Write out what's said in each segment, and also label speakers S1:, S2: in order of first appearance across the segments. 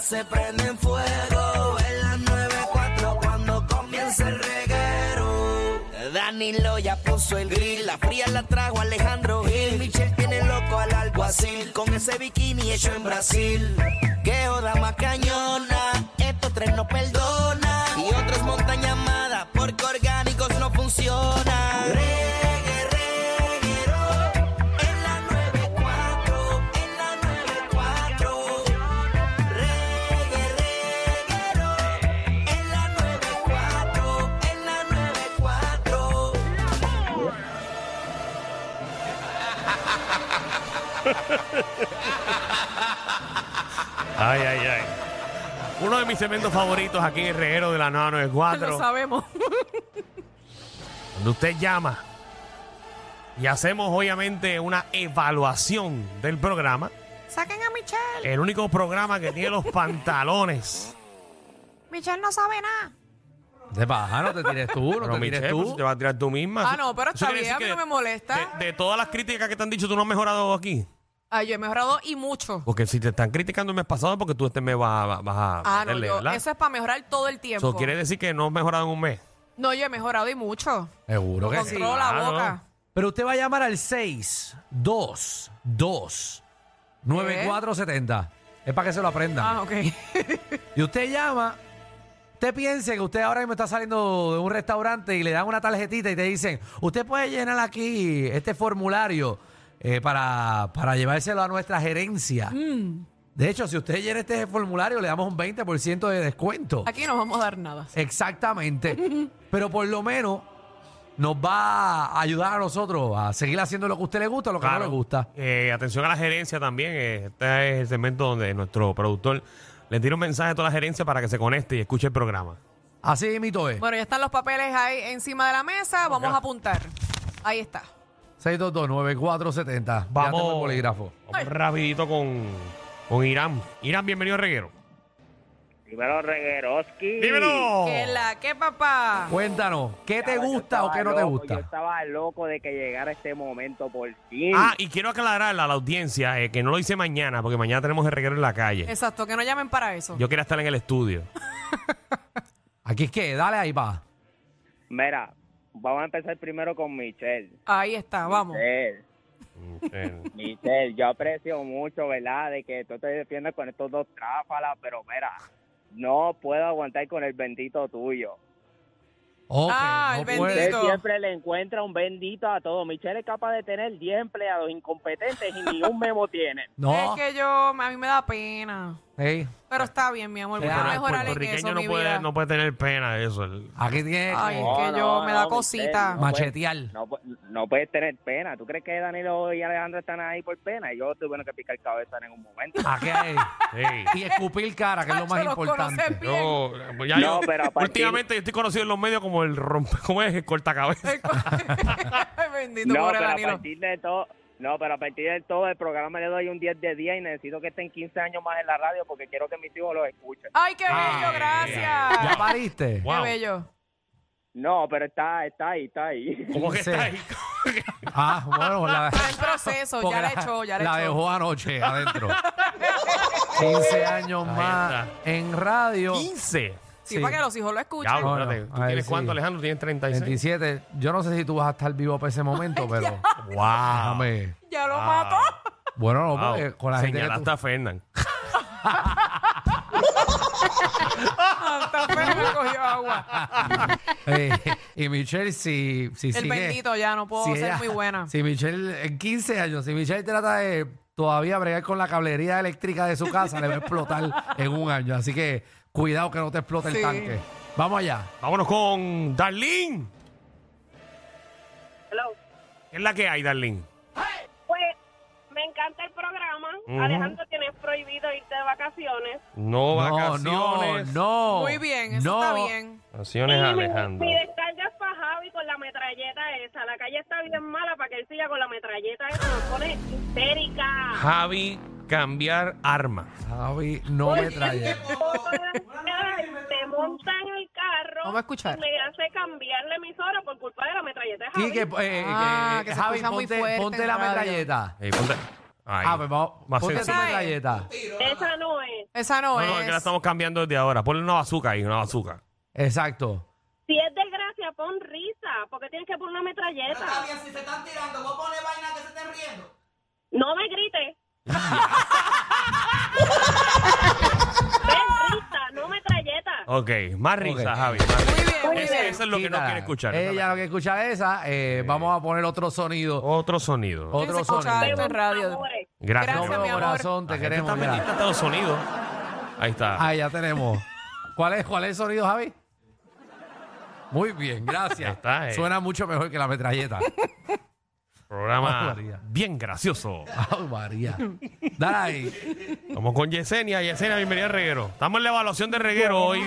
S1: se prende en fuego. En las 94 cuando comienza el reguero. Danilo ya puso el grill, la fría la trajo Alejandro Gil. Michel tiene loco al alguacil con ese bikini hecho en Brasil. Que joda más cañona, estos tres no perdonan. Y otros montan llamada porque orgánicos no funcionan. Reggae, reguero, en la 94, en la 94. Reggae, reguero, en la 94, en la 94.
S2: Ay, ay, ay. Uno de mis cementos favoritos aquí en el reguero de la
S3: Lo
S2: 994.
S3: sabemos.
S2: Donde usted llama y hacemos obviamente una evaluación del programa.
S3: Saquen a Michelle.
S2: El único programa que tiene los pantalones.
S3: Michelle no sabe nada.
S4: Te baja, no te tires tú, no
S2: Pero
S4: te tires
S2: Michelle, pues,
S4: tú.
S2: te vas a tirar tú misma.
S3: Ah, no, pero
S2: Eso
S3: está
S2: quiere
S3: bien,
S2: decir
S3: a mí
S2: que
S3: no me molesta.
S2: De, de todas las críticas que te han dicho, tú no has mejorado aquí.
S3: Ay, yo he mejorado y mucho.
S2: Porque si te están criticando el mes pasado, porque tú este mes vas, a- vas a.
S3: Ah, no,
S2: meterle,
S3: yo,
S2: ¿verdad?
S3: eso es para mejorar todo el tiempo.
S2: Eso quiere decir que no has mejorado en un mes.
S3: No, yo he mejorado y mucho.
S4: Seguro que sí.
S3: Controlo la
S2: claro.
S3: boca.
S4: Pero usted va a llamar al 622 9470. Es para que se lo aprenda.
S3: Ah, ok.
S4: Y usted llama, usted piense que usted ahora mismo está saliendo de un restaurante y le dan una tarjetita y te dicen, usted puede llenar aquí este formulario eh, para, para llevárselo a nuestra gerencia. De hecho, si usted llena este formulario, le damos un 20% de descuento.
S3: Aquí no vamos a dar nada.
S4: Exactamente. Pero por lo menos nos va a ayudar a nosotros a seguir haciendo lo que a usted le gusta o lo que
S2: Claro.
S4: no le gusta.
S2: Eh, atención a la gerencia también. eh, Este es el segmento donde nuestro productor le tira un mensaje a toda la gerencia para que se conecte y escuche el programa.
S4: Así mito es.
S3: Bueno, ya están los papeles ahí encima de la mesa. Vamos a apuntar. Ahí está.
S4: 6229470. Ya tengo el bolígrafo.
S2: vamos rapidito con, con Irán. Irán, bienvenido a Reguero.
S5: Dímelo, Regueroski.
S2: ¡Dímelo!
S3: Que la que papá.
S4: Cuéntanos, ¿qué te
S5: Claro, yo
S4: gusta o
S5: estaba
S4: qué no te
S5: loco, Yo
S4: gusta?
S5: estaba loco de que llegara este momento por fin.
S2: Ah, y quiero aclararle a la audiencia eh, que no lo hice mañana, porque mañana tenemos el Reguero en la calle.
S3: Exacto, que no llamen para eso.
S2: Yo quería estar en el estudio.
S4: Aquí es que, dale ahí va.
S5: Mira, vamos a empezar primero con Michelle.
S3: Ahí está, vamos.
S5: Michelle,
S2: Eh,
S5: Michelle, yo aprecio mucho, ¿verdad? De que tú te defiendas con estos dos tráfalas, pero mira, no puedo aguantar con el bendito tuyo.
S4: Ok,
S3: Ah,
S4: no
S3: el
S4: puede-
S5: Usted
S3: bendito.
S5: siempre le encuentra un bendito a todo. Michelle es capaz de tener 10 empleados incompetentes y ni un memo tiene.
S4: No,
S3: Es que yo, a mí me da pena.
S4: ey,
S2: Pues,
S3: Pero está bien, mi amor. Voy
S4: Pero
S3: a
S4: el
S3: mejorar en
S2: puertorriqueño
S3: eso,
S2: no,
S3: mi
S2: puede,
S3: vida.
S2: no puede tener pena de eso. El-
S4: aquí tiene
S3: Ay,
S4: que
S3: es que
S5: No,
S3: yo
S5: no,
S3: me da
S5: no,
S3: cosita.
S5: Michelle, no.
S4: machetear.
S5: No, pu- no puedes tener pena. ¿Tú crees que Danilo y Alejandro están ahí por pena? Yo tuvieron que picar cabeza en algún momento.
S4: Aquí hay.
S2: Sí.
S4: Y escupir cara, que es lo
S3: Chacho,
S4: más
S3: los conoces
S4: importante.
S3: bien.
S2: Yo, ya
S5: No,
S2: yo-
S5: pero a partir-
S2: últimamente yo estoy conocido en los medios como el rompe, ¿cómo es? El cortacabezas.
S3: Ay, Bendito,
S5: No,
S3: pobre
S5: pero a
S3: Danilo.
S5: partir de todo, no, pero a partir de todo el programa le doy un 10 de 10 y necesito que estén 15 años más en la radio porque quiero que mis hijos los escuchen.
S3: Ay, qué
S2: Ah,
S3: bello,
S4: ¿Ya
S3: gracias.
S4: pariste?
S3: Qué
S2: Wow.
S3: bello.
S5: No, pero está, está ahí, está ahí.
S2: ¿Cómo que
S4: Sí.
S2: está ahí?
S4: Ah, bueno, la
S3: Está en proceso,
S4: Porque
S3: ya le echó, ya le
S4: la
S3: echó.
S4: dejó anoche adentro. 15 años
S2: Ahí
S4: más en radio.
S2: 15.
S3: Sí,
S4: Sí.
S3: para que los hijos lo
S2: Ya,
S3: escuchen.
S4: Diablo.
S2: espérate.
S4: Bueno,
S2: ¿Tú
S4: a ver,
S2: tienes
S4: sí.
S2: cuánto, Alejandro? Tienes 36.
S4: 27. Yo no sé si tú vas a estar vivo para ese momento, pero.
S2: ¡Wow!
S4: Déjame.
S3: Ya lo
S2: Ah.
S3: mató.
S4: Bueno, no,
S2: Wow.
S4: porque con la gente. que
S2: Señalaste
S4: tú-
S2: a Fernan.
S3: Santa Fe me cogió agua.
S4: Eh, y Michelle, si, si
S3: El
S4: sigue-
S3: bendito ya, no puedo
S4: si
S3: ser
S4: ella-
S3: muy buena.
S4: Si Michelle, en 15 años, si Michelle trata de todavía bregar con la cablería eléctrica de su casa, le va a explotar en un año. Así que cuidado que no te explote
S3: Sí.
S4: el tanque. Vamos allá.
S2: Vámonos con Darlene.
S6: Hello.
S2: ¿Qué es la que hay, Darlene?
S6: Pues me encanta el programa.
S2: Ujú.
S6: Alejandro, tienes prohibido irte de vacaciones.
S2: No
S4: no, no,
S2: vacaciones.
S4: no.
S3: Muy bien, eso
S4: no.
S3: está bien.
S2: Vacaciones, Alejandro.
S6: Y descargas fajado y con la metralleta esa. La calle está bien mala para que él siga con la metralleta esa. Nos pone histérica.
S2: Javi, cambiar arma.
S4: Javi, no me trae.
S6: Todas las caras Me monta en el carro.
S3: Vamos a escuchar.
S6: y Me hace cambiar la emisora por culpa de la metralleta de
S4: Y
S6: Javi.
S4: que, eh,
S3: Ah,
S4: eh,
S3: que se
S4: Javi,
S3: escucha muy
S4: ponte,
S3: fuerte
S4: ponte
S3: en
S4: la
S3: radio.
S4: metralleta.
S2: Ey, ponte- Ahí.
S4: Ah, pues vamos,
S2: Más
S4: ponte tu
S2: sencillo.
S3: encima.
S4: metralleta.
S6: Esa no es.
S3: Esa no,
S2: No, no, es
S3: es.
S2: que la estamos cambiando desde ahora. Ponle una bazooka ahí, una bazooka.
S4: Exacto.
S6: Si es desgracia, pon risa, porque tienes que poner una metralleta.
S1: Está bien, si se están tirando, vos pones vaina que se estén riendo.
S6: No me grites. Ven, risa, no metralleta.
S2: Ok, más risa,
S4: Ok.
S2: Javi. más
S3: Muy
S2: risa.
S3: bien, muy
S2: Ese-
S3: bien.
S2: Eso es lo que no
S4: Quítala.
S2: quiere escuchar.
S4: Ella lo que escucha es esa. eh, Vamos a poner otro sonido.
S2: Otro sonido.
S4: Otro
S3: Tienes que escuchar
S4: sonido.
S3: esto en radio.
S6: Amores.
S2: Gracias.
S3: Gracias,
S4: No,
S3: mi amor.
S4: corazón, te
S2: La gente
S4: queremos.
S2: está
S4: mira.
S2: pendiente a Estados Unidos. Ahí está.
S4: Ah, ya tenemos. ¿Cuál es, ¿Cuál es el sonido, Javi? Muy bien, gracias.
S2: Ahí está, eh.
S4: Suena mucho mejor que la metralleta.
S2: Programa
S4: María.
S2: bien gracioso.
S4: Ay, María. Dale ahí.
S2: Vamos con Yesenia. Yesenia, bienvenida al reguero. Estamos en la evaluación del reguero hoy.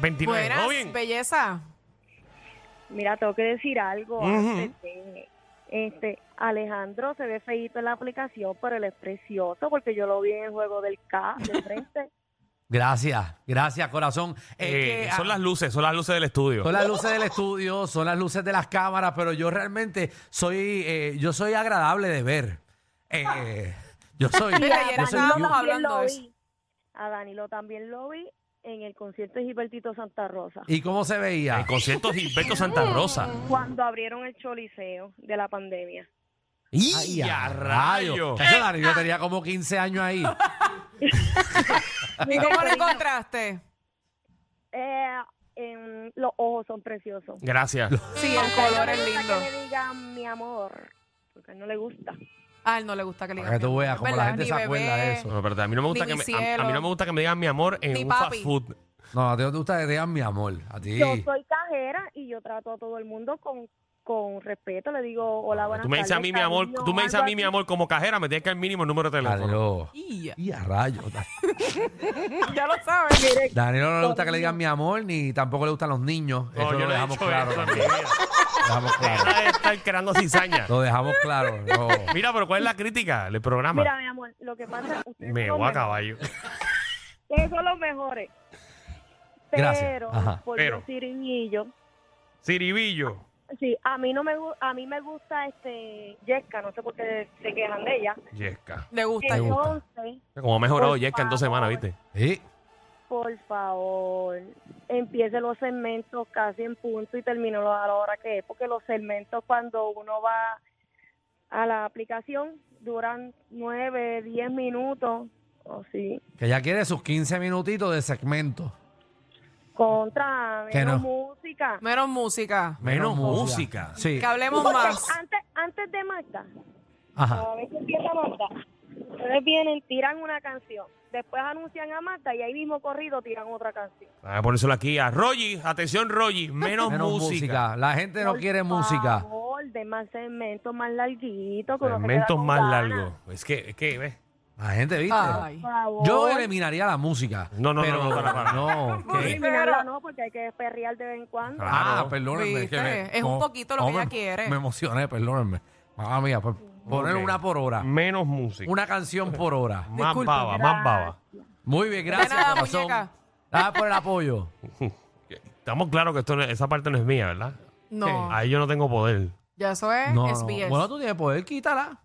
S2: 29. ¿Todo
S3: Buenas,
S2: bien?
S3: belleza.
S7: Mira, tengo que decir algo.
S2: Ujú.
S7: antes de- este, Alejandro se ve feíto en la aplicación, pero él es precioso porque yo lo vi en el juego del K de frente.
S4: Gracias, gracias, corazón. Es
S2: Eh,
S4: que,
S2: son
S4: ah,
S2: las luces, son las luces del estudio.
S4: Son las luces del estudio, son las luces de las cámaras, pero yo realmente soy, eh, yo soy agradable de ver. Eh, yo soy.
S3: Mira, ayer
S4: yo soy-
S3: estábamos
S4: yo-
S7: También
S3: hablando
S7: lo
S3: de
S7: vi. A Danilo también lo vi en el concierto de Gilbertito Santa Rosa.
S4: ¿Y cómo se veía?
S2: El concierto de Gilberto Santa Rosa.
S7: Cuando abrieron el choliseo de la pandemia.
S2: ¡Y a
S4: Eso,
S2: rayo!
S4: Dani, yo tenía como 15 años ahí.
S3: ¿Y cómo lo encontraste?
S7: Eh, em, los ojos son preciosos.
S2: Gracias.
S3: Sí, el color es
S7: Para
S3: lindo.
S7: que le digan mi amor, porque a él no le gusta.
S3: Ah, A él no le gusta que le
S4: Para que
S3: digan.
S4: tú veas
S3: Es
S4: cómo la
S3: verdad,
S4: gente
S3: ni
S4: se acuerda de
S3: bebé.
S4: eso.
S2: No, pero a mí no me gusta
S3: Ni
S2: que
S3: mi
S2: me, a- a, mí
S3: cielo.
S2: no me gusta que me digan mi amor en
S3: Ni
S2: un
S3: papi.
S2: fast food.
S4: No, a ti no te gusta que te digan mi amor. A ti.
S7: Yo soy cajera y yo trato a todo el mundo con, con respeto. Le digo, hola, buenas
S2: Ah, Tú me dices a mí mi
S7: tardes,
S2: amor,
S7: cariño,
S2: tú me dices a
S7: algo
S2: mí mi
S7: así.
S2: amor como cajera, me tienes que dar el mínimo el número de teléfono.
S4: Adiós.
S3: Y ya.
S4: Y a rayo.
S3: Ya lo sabes.
S4: Danilo no le gusta que le digan mi amor, ni tampoco le gustan los niños.
S2: No,
S4: eso
S2: yo
S4: lo
S2: no he
S4: dejamos
S2: hecho
S4: claro.
S2: eso en mi
S4: también.
S2: vida.
S4: Lo dejamos claro.
S2: Deja de estar creando cizaña.
S4: Lo dejamos claro. no.
S2: Mira, pero ¿cuál es la crítica del programa?
S7: Mira, mi amor, lo que pasa es que
S2: me voy a caballo.
S7: ustedes son los mejores.
S4: Gracias.
S7: Pero,
S4: Ajá.
S7: por
S2: Pero.
S7: Dios, Ciringuillo,
S2: Ciribillo.
S7: sí, a mí no me gu- a mí me gusta este Yesca, no sé por qué se quejan de ella.
S2: Yesca.
S3: Le gusta.
S5: Eh.
S4: gusta.
S7: Entonces,
S2: Como ha mejorado
S7: Por
S2: Yesca en dos
S7: favor.
S2: semanas, ¿viste?
S4: Sí.
S7: por favor, empiece los segmentos casi en punto y termínelo a la hora que es, porque los segmentos cuando uno va a la aplicación duran nueve, diez minutos, o sí.
S4: Que ya quiere sus 15 minutitos de segmento.
S7: Contra
S4: Que
S7: menos
S4: no.
S7: música.
S3: Menos música.
S2: Menos música.
S4: Sí.
S3: Que hablemos
S7: Porque
S3: más.
S7: Antes, antes de Magda,
S4: Ajá.
S7: cada vez que empieza Magda, ustedes vienen, tiran una canción, después anuncian a Magda y ahí mismo corrido tiran otra canción.
S2: Voy a ponérselo aquí a Rogi. Atención, Rogi. Menos,
S4: Menos
S2: música.
S4: música. La gente no
S7: Por
S4: quiere música.
S7: favor, de más segmentos más larguitos. que uno se queda
S2: Segmentos
S7: con
S2: más
S7: ganas.
S2: largos. Es que, es que, ¿ves?
S4: La gente, ¿viste?
S3: Ay.
S7: Por favor.
S4: Yo eliminaría la música.
S2: No, no, no,
S4: pero-
S2: no, para, para.
S4: no,
S7: No,
S4: ¿qué?
S7: eliminarla no, porque hay que perrear de vez en cuando.
S2: Ah,
S4: Ah,
S2: Claro.
S4: perdónenme.
S3: Viste,
S4: que me- oh,
S3: es un poquito lo que
S4: me-
S3: ella quiere.
S4: Me emocioné, perdónenme. Mamá mía, por- poner
S2: Ok.
S4: una por hora.
S2: Ah. Menos música.
S4: Una canción por hora.
S2: más
S3: disculpe,
S2: baba, más baba.
S4: Muy bien, gracias,
S3: nada,
S4: corazón.
S3: muñeca.
S4: Gracias por el apoyo.
S2: Estamos claros que esto no- esa parte no es mía, ¿verdad?
S3: No.
S2: Ahí yo no tengo poder.
S3: Ya eso es
S4: No, no.
S3: SBS.
S4: Bueno, tú tienes poder, quítala.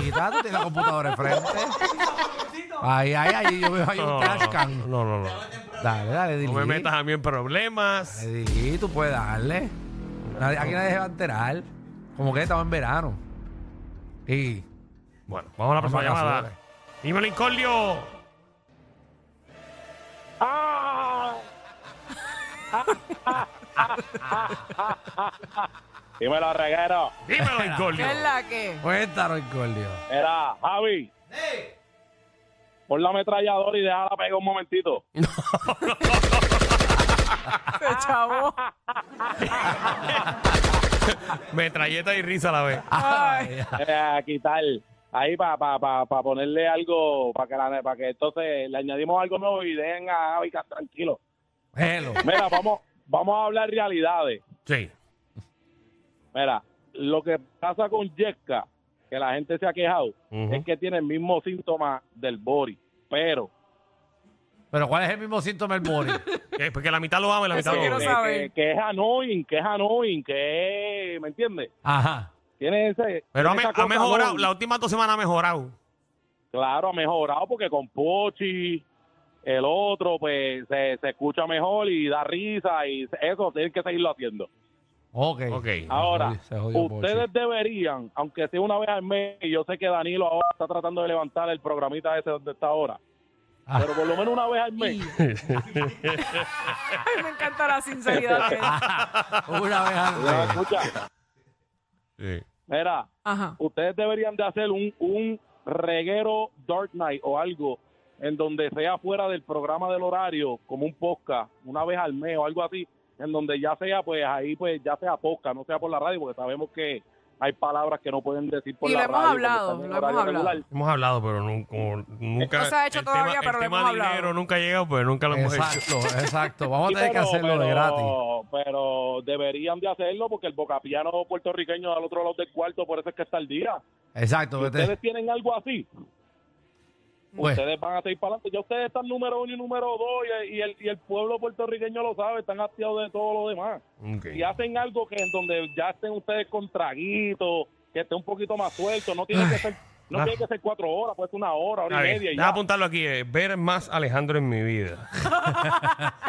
S4: Quítala, tú tienes la computadora enfrente. Ahí, ahí, ahí, yo veo ahí
S2: No,
S4: un
S2: no,
S4: trash
S2: no,
S4: can.
S2: no, no.
S4: Dale, dale, dile.
S2: No me metas a mí en problemas.
S4: Dale, dile, tú puedes darle. Nadie- aquí nadie se va a enterar. Como que estamos en verano. Y
S2: Bueno, vamos a la próxima
S4: Vamos a
S2: llamada.
S4: vacaciones.
S2: Dímelo, Incordio.
S8: Dímelo, reguero.
S2: Dímelo, Incordio.
S3: ¿Qué es la que?
S4: cuéntanos, Incordio.
S8: Era, Javi. Pon la ametralladora y déjala pegar un momentito.
S3: chavo.
S2: Metralleta y risa a la vez.
S4: Ay,
S8: Eh, a quitar. Ahí para pa, pa, pa ponerle algo, para que, la- pa que entonces le añadimos algo nuevo y dejen a Javi ca- tranquilo.
S4: Hello.
S8: Mira, vamos, vamos a hablar realidades.
S2: Sí.
S8: Mira, lo que pasa con Yesca, que la gente se ha quejado,
S2: Ujú.
S8: es que tiene el mismo síntoma del Bori. Pero
S4: Pero ¿cuál es el mismo síntoma del body?
S2: Eh, Porque la mitad lo ama y la
S3: Eso
S2: mitad lo
S3: quiero
S8: que-
S2: odia.
S3: saber.
S8: que, que es annoying, que es annoying, que es, eh, ¿me entiendes?
S4: Ajá.
S8: Tiene ese...
S2: Pero ha,
S8: tiene
S2: me-
S8: esa
S2: ha
S8: cosa
S2: mejorado.
S8: annoying.
S2: Las últimas dos semanas ha mejorado.
S8: Claro, ha mejorado porque con Pochi, el otro, pues se, se escucha mejor y da risa y eso tienen que seguirlo haciendo.
S4: Ok.
S2: Ok.
S8: Ahora,
S4: Se jodió,
S8: ustedes deberían, aunque sea una vez al mes, y yo sé que Danilo ahora está tratando de levantar el programita ese donde está ahora,
S4: Ah.
S8: pero por lo menos una vez al mes.
S3: Ay, me encanta la sinceridad. de él.
S4: Una vez al
S8: No,
S4: mes.
S8: escucha,
S2: Sí.
S8: mira,
S3: Ajá.
S8: ustedes deberían de hacer un, un reguero Dark Night o algo en donde sea fuera del programa del horario, como un podcast, una vez al mes o algo así, en donde ya sea, pues ahí, pues ya sea podcast, no sea por la radio, porque sabemos que hay palabras que no pueden decir por
S3: Y
S8: la
S3: lo hemos
S8: radio.
S3: hablado,
S8: cuando están en
S3: lo hemos
S8: horario
S3: hablado.
S8: regular.
S2: Hemos hablado, pero nu- como nunca.
S3: No se ha hecho
S2: el
S3: todavía,
S2: tema-
S3: pero
S2: el
S3: lo
S2: tema
S3: hemos
S2: dinero
S3: hablado.
S2: nunca ha llegado, pues nunca lo hemos hecho.
S4: Exacto, exacto. Vamos a tener que
S8: Sí,
S4: hacerlo de gratis.
S8: pero deberían de hacerlo porque el bocapiano puertorriqueño al otro lado del cuarto, por eso es que está el día.
S4: Exacto.
S8: Si
S4: vete.
S8: ustedes tienen algo así,
S4: Pues,
S8: ustedes van a seguir para adelante. Ya ustedes están número uno y número dos y, y el, y el pueblo puertorriqueño lo sabe, están hastiados de todo lo demás.
S2: Ok.
S8: Si hacen algo que en donde ya estén ustedes con traguitos, que esté un poquito más suelto, no tiene que ser... No
S2: Ah.
S8: tiene que ser cuatro horas, puede ser una hora, hora
S2: A
S8: y
S2: ver,
S8: media. y
S2: deja apuntarlo aquí. eh, ver más Alejandro en mi vida.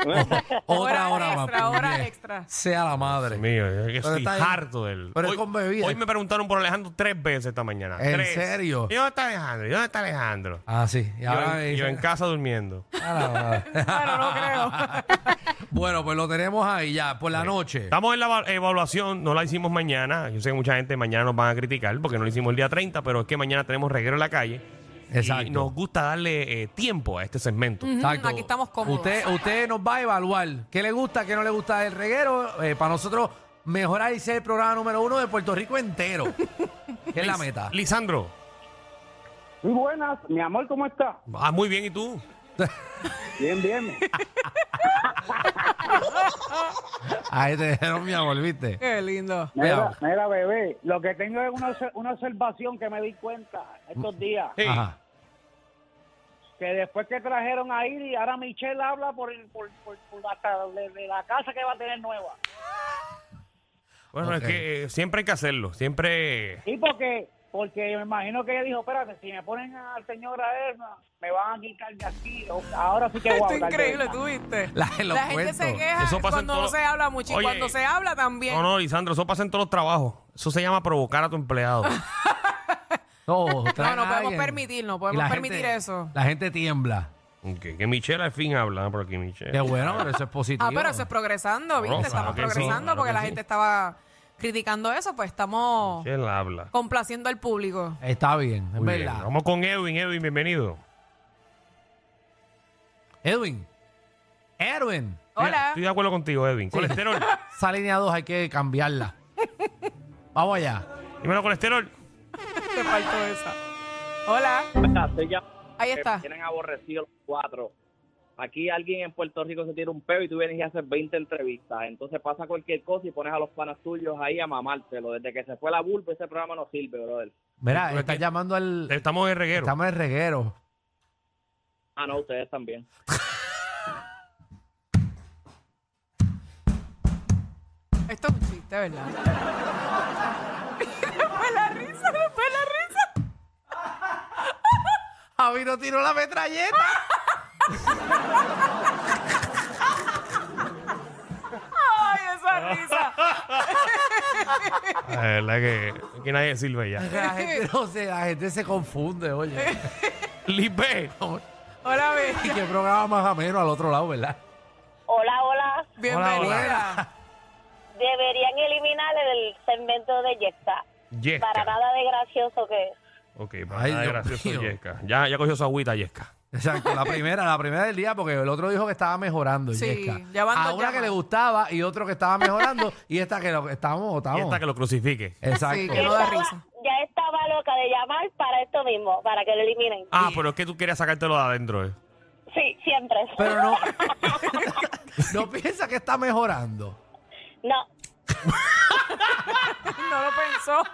S8: ya.
S4: otra hora más.
S3: extra, hora
S4: puñet.
S3: extra.
S4: Sea la madre.
S2: Dios mío, es que estoy
S4: está ahí.
S2: harto de él.
S4: Pero es
S2: hoy,
S4: con bebida.
S2: hoy me preguntaron por Alejandro tres veces esta mañana.
S4: ¿En
S2: Tres.
S4: serio?
S2: ¿Y dónde está Alejandro? ¿Y dónde está Alejandro?
S4: Ah, sí. Y
S2: Yo,
S4: ahora
S2: en-
S4: me
S2: yo
S4: dicen-
S2: en casa durmiendo.
S4: Ah, la madre.
S3: Bueno, no creo.
S4: Bueno, pues lo tenemos ahí ya, por la noche.
S2: Estamos en la eva- evaluación, no la hicimos mañana. Yo sé que mucha gente mañana nos van a criticar porque no lo hicimos el día 30, pero es que mañana tenemos reguero en la calle.
S4: Exacto. Mm.
S2: Y nos gusta darle eh, tiempo a este segmento.
S4: Exacto.
S3: Aquí estamos cómodos.
S4: Usted, usted nos va a evaluar qué le gusta, qué no le gusta del reguero eh, para nosotros mejorar y ser el programa número uno de Puerto Rico entero. que es la meta.
S2: Lisandro,
S5: Muy buenas, mi amor, ¿cómo estás?
S2: ah, muy bien, ¿y tú?
S5: Bien, bien.
S4: Ahí te dijeron, mi amor, ¿viste?
S3: Qué lindo.
S5: Mira,
S4: Mira.
S5: mira, bebé, lo que tengo es una, obser- una observación que me di cuenta estos días,
S2: Hey,
S4: Ajá.
S5: que después que trajeron a Iri, ahora Michelle habla por, el- por, por, por hasta de, de la casa que va a tener nueva.
S2: Bueno,
S4: Ok.
S2: es que eh, siempre hay que hacerlo, siempre...
S5: Y porque, porque me imagino que ella dijo, espérate, si me ponen al señor a Erna, me van a quitar de aquí. O- Ahora sí que voy a
S3: Esto es
S5: hablar de
S3: increíble,
S5: Erna.
S3: tú viste.
S4: La- los
S3: gente se
S4: cuentos.
S3: queja
S2: Eso pasa en
S3: cuando
S2: todo-
S3: no se habla mucho y
S2: Oye.
S3: cuando se habla también.
S2: No, no, Lisandro, eso pasa en todos los trabajos. Eso se llama provocar a tu empleado.
S4: Ah. No,
S3: No,
S4: traen
S3: no
S4: a
S3: podemos
S4: alguien.
S3: permitir, no
S4: Y
S3: podemos
S4: la
S3: permitir
S4: gente-
S3: eso.
S4: La gente tiembla.
S2: Ok, Que Michelle al fin habla por aquí, Michelle.
S4: Qué bueno, pero eso es positivo.
S3: Ah, pero eso es progresando, ¿viste?
S2: claro
S3: estamos
S2: que sí,
S3: progresando
S2: claro
S3: porque
S2: que
S3: la
S2: sí.
S3: gente estaba criticando eso, pues estamos
S2: Michelle habla.
S3: complaciendo al público.
S4: Está bien, es
S2: Muy bien,
S4: verdad.
S2: Vamos con Edwin, Edwin, bienvenido.
S4: Edwin. Edwin.
S2: Mira,
S3: Hola.
S2: Estoy de acuerdo contigo, Edwin. Colesterol.
S4: Esa línea 2 hay que cambiarla. Vamos allá.
S2: Dímelo, colesterol.
S3: Te faltó esa. Hola.
S5: Estoy ya-
S3: Ahí
S5: que
S3: está.
S5: tienen aborrecidos los cuatro. Aquí alguien en Puerto Rico se tira un peo y tú vienes y haces 20 entrevistas. Entonces pasa cualquier cosa y pones a los panas tuyos ahí a mamártelo. Desde que se fue la vulva, ese programa no sirve, brother.
S4: Mira,
S2: Pero
S4: estás
S2: que-
S4: llamando al.
S2: Estamos en reguero.
S4: Estamos en reguero.
S5: Ah, no, ustedes también.
S3: Esto es un chiste, ¿verdad? después la risa, después la risa.
S4: Javi no tiró la metralleta.
S3: Ay, esa risa.
S2: La verdad que aquí nadie sirve ya.
S4: la, gente no se, la gente se confunde, oye.
S2: Lipe.
S3: Hola,
S4: y
S3: Bella.
S4: qué programa más ameno al otro lado, ¿verdad?
S9: Hola, hola.
S3: Bienvenida.
S4: hola.
S9: Deberían eliminar el segmento de Yesca. Para
S2: Yesca.
S9: nada de gracioso que es.
S2: Ok, para
S4: Ay,
S2: nada
S4: Dios
S2: gracioso
S4: mío.
S2: Yesca. Ya, ya cogió su agüita, Yesca.
S4: Exacto, la primera, la primera del día, porque el otro dijo que estaba mejorando.
S3: Sí,
S4: Yesca.
S3: ya van dos
S4: A una
S3: llamadas.
S4: que le gustaba y otro que estaba mejorando y esta que lo, estamos,
S2: Y
S4: estamos.
S2: esta que lo crucifique.
S3: Sí,
S4: Exacto.
S3: que no da risa.
S9: Ya estaba loca de llamar para esto mismo, para que lo eliminen.
S2: Ah, pero es que tú querías sacártelo de adentro. eh.
S9: Sí, siempre.
S4: Pero no, no piensa que está mejorando.
S9: No,
S3: No lo pensó.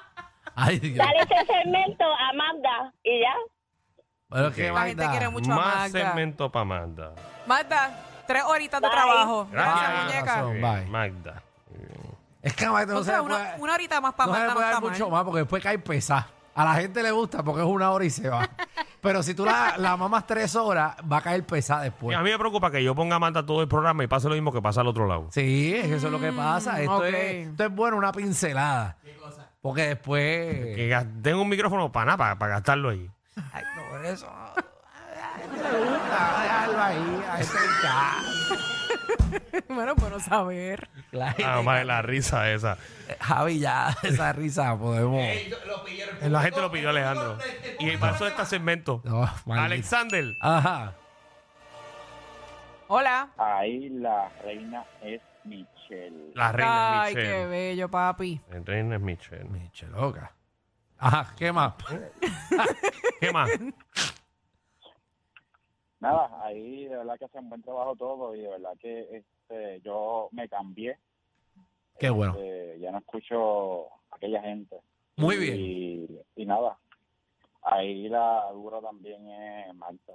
S4: Ay, Dios.
S9: dale ese segmento a Magda y ya.
S4: Pero qué
S3: La gente
S4: maldad.
S3: quiere mucho a
S2: Más
S3: Magda.
S2: segmento para Magda.
S3: Magda, tres horitas de
S9: Bye.
S3: trabajo. Gracias,
S4: Bye.
S3: muñeca.
S4: Corazón.
S2: Bien,
S4: Bye.
S2: Magda.
S4: Es que Magda no se
S3: Contra,
S4: le
S3: una,
S4: puede-
S3: una horita más para
S4: no se le
S3: Magda no
S4: puede
S3: está
S4: dar
S3: mal.
S4: mucho más porque después cae pesado. A la gente le gusta porque es una hora y se va. Pero si tú la, la mamas tres horas, va a caer pesada
S2: Y
S4: después.
S2: A mí me preocupa que yo ponga manta todo el programa y pase lo mismo que pasa al otro lado.
S4: Sí, es que eso es lo que pasa. Esto,
S3: Mm, ok.
S4: es, esto es bueno, una pincelada. Porque después.
S2: Que gas- tengo un micrófono para nada, para, gastarlo ahí.
S4: Ay, no, por eso. Ay, no me gusta. Déjalo ahí. A este
S3: bueno, bueno, saber.
S4: La gente-
S2: Ah, madre, la risa esa.
S4: Javi, ya, esa risa podemos.
S2: Eh, La gente lo pidió Alejandro. Y pasó este segmento.
S4: No, maldito.
S2: Alexander.
S4: Ajá.
S3: Hola.
S10: Ahí la reina es Michelle.
S2: La reina
S3: Ay,
S2: es
S3: qué
S2: Michelle.
S3: bello, papi.
S2: La reina es Michelle.
S4: Miche loca. Ajá, ¿qué más?
S2: ¿Qué más?
S10: Nada, ahí de verdad que hacen buen trabajo todo y de verdad que este, yo me cambié.
S4: Qué bueno.
S10: eh, ya no escucho a aquella gente.
S4: Muy
S10: Y-
S4: bien.
S10: Y, nada, ahí la dura también es Marta.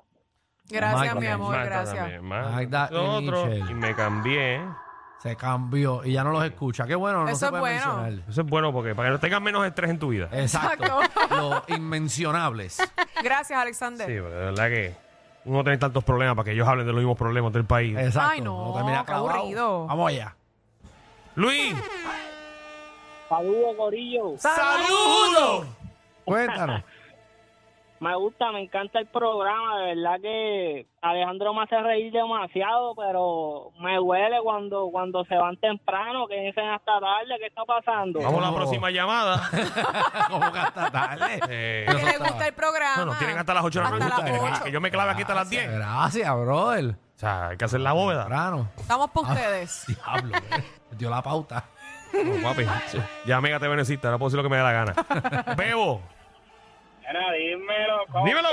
S3: Gracias,
S4: Magda,
S3: mi amor,
S2: Magda
S3: gracias.
S2: también, Magda.
S4: Magda y
S2: Otro,
S4: Michelle.
S2: y me cambié.
S4: Se cambió y ya no los escucha. Qué bueno, no
S3: Eso
S4: se
S3: es
S4: puede
S3: bueno.
S4: mencionar.
S2: Eso es bueno porque para que no tengas menos estrés en tu vida.
S4: Exacto. los inmencionables.
S3: Gracias,
S2: Sí,
S3: Alexander.
S2: pero de verdad que uno no tiene tantos problemas para que ellos hablen de los mismos problemas del país.
S4: Exacto.
S3: Ay, no,
S4: No termina
S3: qué
S4: clavado.
S3: aburrido.
S4: Vamos allá.
S2: Luis,
S5: Saludos, Gorillo.
S2: saludos.
S4: Cuéntanos.
S5: Me gusta, me encanta el programa. De verdad que Alejandro me hace reír demasiado, pero me duele cuando cuando se van temprano, que dicen hasta tarde, ¿qué está pasando?
S2: Vamos a la
S4: No.
S2: próxima llamada.
S4: ¿Cómo que hasta tarde?
S2: Eh,
S3: Que le gusta el programa.
S2: no, nos tienen hasta las 8 de la
S3: Hasta
S2: noche.
S3: las
S2: ustedes,
S3: ocho.
S2: Que yo me clave aquí hasta las 10.
S4: Gracias, brother.
S2: O sea, hay que hacer la bóveda.
S4: Temprano.
S3: Estamos
S4: Ah.
S3: por ustedes.
S4: Diablo, eh. Dio la pauta.
S2: No, papi. Ya amiga te venecita, ahora puedo decir lo que me dé la gana. Bebo,
S10: Mira, dímelo.
S2: dímelo.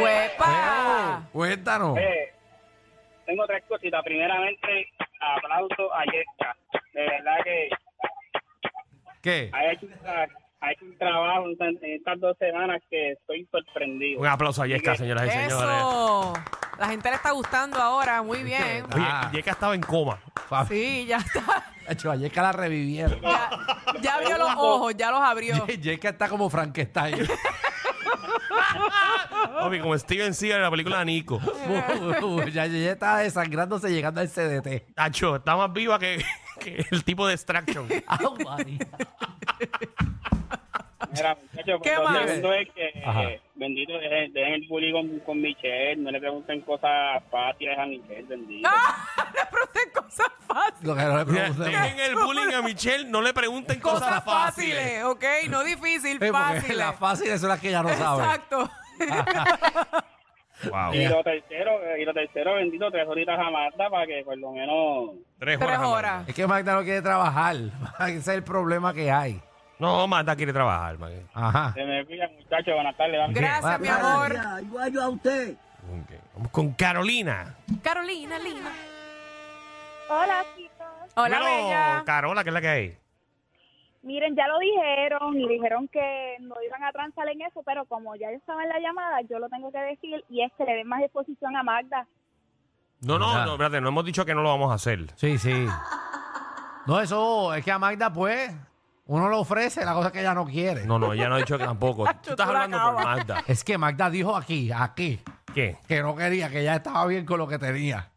S3: ¡Huepa!
S4: Oh. Cuéntanos.
S10: Eh, tengo tres cositas. Primeramente, aplauso a Yesca. De verdad que
S4: ¿Qué?
S10: ha hecho, ha hecho un trabajo en, tan- en estas dos semanas que estoy sorprendido.
S2: Un aplauso a Yesca, señoras y señores.
S3: Eso. La gente le está gustando ahora, muy bien.
S4: tal?
S2: Oye,
S4: Ah.
S2: Yesca estaba en coma.
S4: Fabi.
S3: Sí, ya está.
S4: Acho, ayer que la revivieron.
S3: Ya, ya abrió los ojos, ya los abrió.
S4: Jessica está como Frankenstein.
S2: Papi, como Steven Seagal en la película de Nico.
S4: ya, ya está desangrándose llegando al CDT.
S2: Tacho, está más viva que, que el tipo de extraction.
S4: Au, María.
S10: Mira, muchachos,
S3: ¿Qué
S10: lo
S3: más?
S10: segundo es que
S4: Ajá.
S10: eh, bendito dejen, dejen el bullying con, con Michelle, no le pregunten cosas fáciles a Michelle, bendito.
S3: Pero es cosas fáciles.
S4: Lo que no le
S2: Mira,
S4: preguntemos. Eh,
S2: Dejen el bullying a Michelle, no le pregunten
S3: Cosas fáciles, ¿ok? No difícil,
S4: Sí, porque
S3: fáciles.
S4: las fáciles son las que ya no sabe. Ah,
S3: Exacto.
S2: Wow.
S10: Y lo tercero, eh, y lo tercero, bendito, tres horitas a Marta para que por lo menos...
S2: Tres horas.
S3: Tres
S2: amor.
S3: horas.
S4: Es que Magda no quiere trabajar. Ese es el problema que hay.
S2: No, Marta quiere trabajar. Magda.
S4: Ajá.
S10: Se me cuida, muchachos, buenas tardes. vamos.
S3: Gracias, mi
S4: Vale.
S3: amor.
S2: Ok. Vamos con Carolina.
S3: Carolina, Lina.
S9: Hola, chicos.
S3: Hola,
S2: Dímelo,
S3: bella.
S2: Carola, que es la que hay.
S9: Miren, ya lo dijeron y dijeron que no iban a transar en eso, pero como ya yo estaba en la llamada, yo lo tengo que decir y es que le den más exposición a Magda.
S2: No, no,
S4: Ajá.
S2: no, espérate, no hemos dicho que no lo vamos a hacer.
S4: Sí, sí. No, eso es que a Magda, pues, uno le ofrece la cosa que ella no quiere.
S2: No, no, ella no ha dicho que tampoco. Tú estás
S3: tú la
S2: hablando por Marta.
S4: Es que Magda dijo aquí, aquí,
S2: ¿Qué?
S4: que no quería, que ya estaba bien con lo que tenía.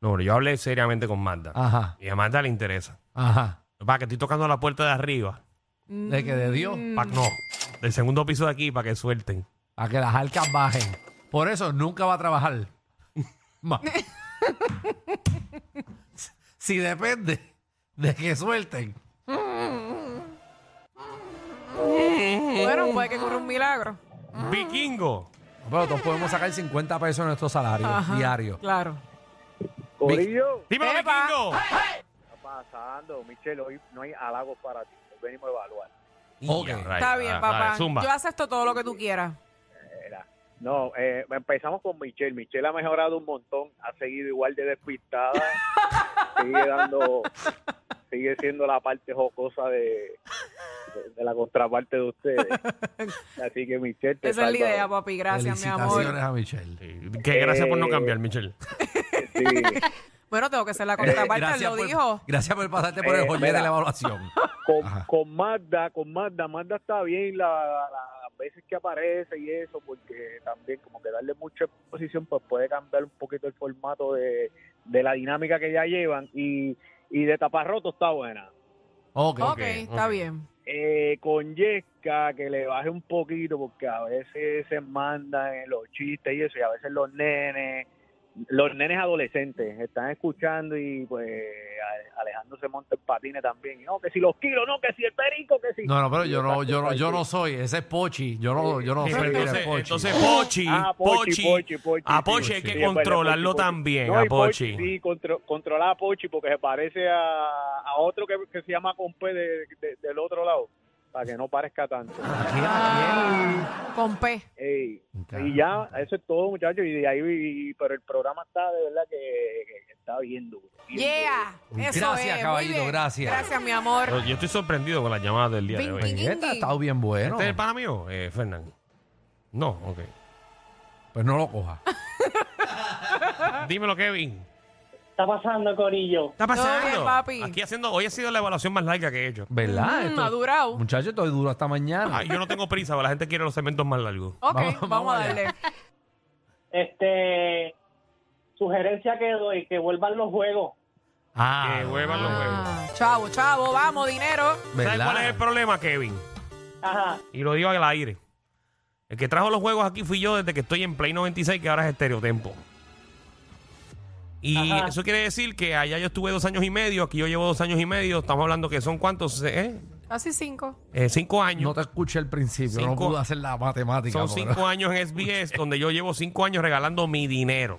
S2: No, pero yo hablé seriamente con Marta.
S4: Ajá,
S2: Y a Marta le interesa.
S4: ajá.
S2: Para que estoy tocando la puerta de arriba.
S4: De que de
S3: Mm.
S4: Dios,
S2: Pa- no, del segundo piso de aquí para que suelten.
S4: a que las arcas bajen. Por eso nunca va a trabajar. Ma- si depende de que suelten.
S3: Bueno, puede que ocurra un milagro.
S2: Vikingo.
S4: Bueno, todos podemos sacar 50 pesos de nuestro salario
S3: Ajá,
S4: diario.
S3: Claro.
S11: Corillo,
S2: Dímelo,
S3: Epa.
S2: Vikingo.
S11: está pasando, Michelle, hoy no hay halagos para ti, hoy venimos a evaluar.
S4: Ok.
S2: Ya, rayos,
S3: Está
S4: ah,
S2: dale,
S3: bien,
S2: dale,
S3: papá.
S2: zumba.
S3: Yo acepto todo lo que tú quieras.
S11: Era. No, eh, empezamos con Michelle. Michelle ha mejorado un montón, ha seguido igual de despistada, sigue dando, sigue siendo la parte jocosa de, de, de la contraparte de ustedes. Así que Michelle, te
S3: Esa es la
S11: salva.
S3: idea, papi. Gracias, mi amor.
S4: Felicitaciones a Michelle.
S2: Sí, Que gracias por no cambiar, Michelle.
S11: Eh. Sí.
S3: Bueno, tengo que ser la contraparte, él
S4: Eh, gracias,
S3: lo
S4: por,
S3: dijo.
S4: gracias por pasarte por el
S11: Eh,
S4: joyete de
S11: mira.
S4: la evaluación.
S11: Con,
S4: Ajá.
S11: con Magda, con Magda, Magda está bien, la, la- la las veces que aparece y eso, porque también como que darle mucha exposición pues puede cambiar un poquito el formato de, de la dinámica que ya llevan y, y de taparroto está buena.
S4: Ok,
S3: ok, está bien.
S11: Eh, con Yesca que le baje un poquito porque a veces se mandan en los chistes y eso y a veces los nenes los nenes adolescentes están escuchando y pues Ale- Alejandro se monta en patines también Y, no que si los kilos no que si el perico que si
S4: No, no, pero yo no, yo no, yo no soy, ese es Pochi, yo no, yo no
S2: Sí,
S4: soy
S2: pero
S4: mira,
S2: entonces,
S4: Pochi.
S2: entonces Pochi,
S11: Ah,
S2: Pochi,
S11: Pochi, Pochi,
S2: a
S11: sí,
S2: Pochi hay
S11: sí.
S2: que
S11: Sí, es verdad,
S2: controlarlo
S11: Pochi, Pochi.
S2: también,
S11: No,
S2: a
S11: y Pochi,
S2: Pochi.
S11: Sí, contro- controlar a Pochi porque se parece a, a otro que, que se llama Compe de- de- del otro lado, para que no parezca tanto.
S2: Ah.
S3: Ah. Con P.
S11: Ey,
S4: Claro.
S11: y ya,
S2: eh.
S11: eso es todo, muchachos. Y de ahí, y- pero el programa está de verdad que, que- que está bien duro. bien
S3: Yeah.
S4: Gracias,
S3: Eso es. muy
S4: caballito,
S3: bien.
S4: gracias.
S3: Gracias, mi amor.
S2: Yo yo estoy sorprendido con las llamadas del día de
S3: Bing,
S2: hoy.
S3: bing,
S4: Esta
S3: Ingui.
S4: ha estado bien bueno.
S2: ¿Este es el pana mío, eh, Fernán? No, ok.
S4: Pues no lo coja.
S2: Dímelo, Kevin.
S10: está pasando, Corillo?
S2: ¿Está pasando?
S3: bien, papi.
S2: Aquí haciendo, hoy ha sido la evaluación más larga que he hecho.
S4: ¿Verdad?
S3: Mm,
S4: Esto-
S3: ha durado.
S4: Muchacho, estoy duro hasta mañana.
S2: Ay, Ah, yo no tengo prisa, porque la gente quiere los segmentos más largos.
S3: Ok,
S4: Vamos-
S3: vamos,
S4: vamos
S3: a
S4: allá.
S3: darle.
S10: Este, sugerencia que doy, que vuelvan los juegos.
S4: Ah,
S2: Que huevan los huevos.
S3: Ah, chavo, chavo, vamos, dinero.
S2: ¿Sabes
S4: ¿verdad?
S2: cuál es el problema, Kevin?
S10: Ajá.
S2: Y lo digo al aire. El que trajo los juegos aquí fui yo desde que estoy en Play 96, que ahora es Estereotempo. Y
S10: Ajá.
S2: eso quiere decir que allá yo estuve dos años y medio, aquí yo llevo dos años y medio, estamos hablando que son cuántos, eh?
S3: Casi cinco.
S2: Eh, cinco años.
S4: No te escuché al principio, no
S2: Cinco-
S4: pude hacer la matemática.
S2: Son
S4: pero-
S2: cinco años en SBS, donde yo llevo cinco años regalando mi dinero.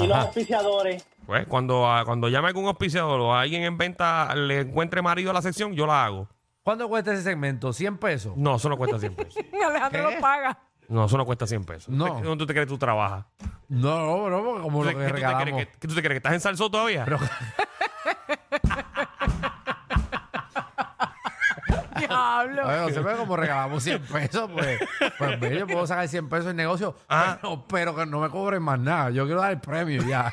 S10: Y los
S4: Ajá.
S10: auspiciadores.
S2: Pues cuando, ah, cuando llame algún auspiciador o alguien en venta le encuentre marido a la sección, yo la hago.
S4: ¿Cuánto cuesta ese segmento? ¿100 pesos?
S2: No, eso no cuesta 100 pesos.
S3: Alejandro
S4: ¿Qué?
S3: lo paga.
S2: No, eso no cuesta 100 pesos.
S4: No.
S2: ¿Dónde tú te crees que tú trabajas?
S4: No, no, no, porque como lo
S2: ¿Tú
S4: que
S2: te- qué tú te crees
S4: regalamos.
S2: que- qué tú te crees que estás en salso todavía?
S3: Diablo.
S4: Oye, José, pero como regalamos 100 pesos, pues, pues mira, yo puedo sacar 100 pesos en negocio,
S2: Ah.
S4: pero, pero que no me cobren más nada. Yo quiero dar el premio ya.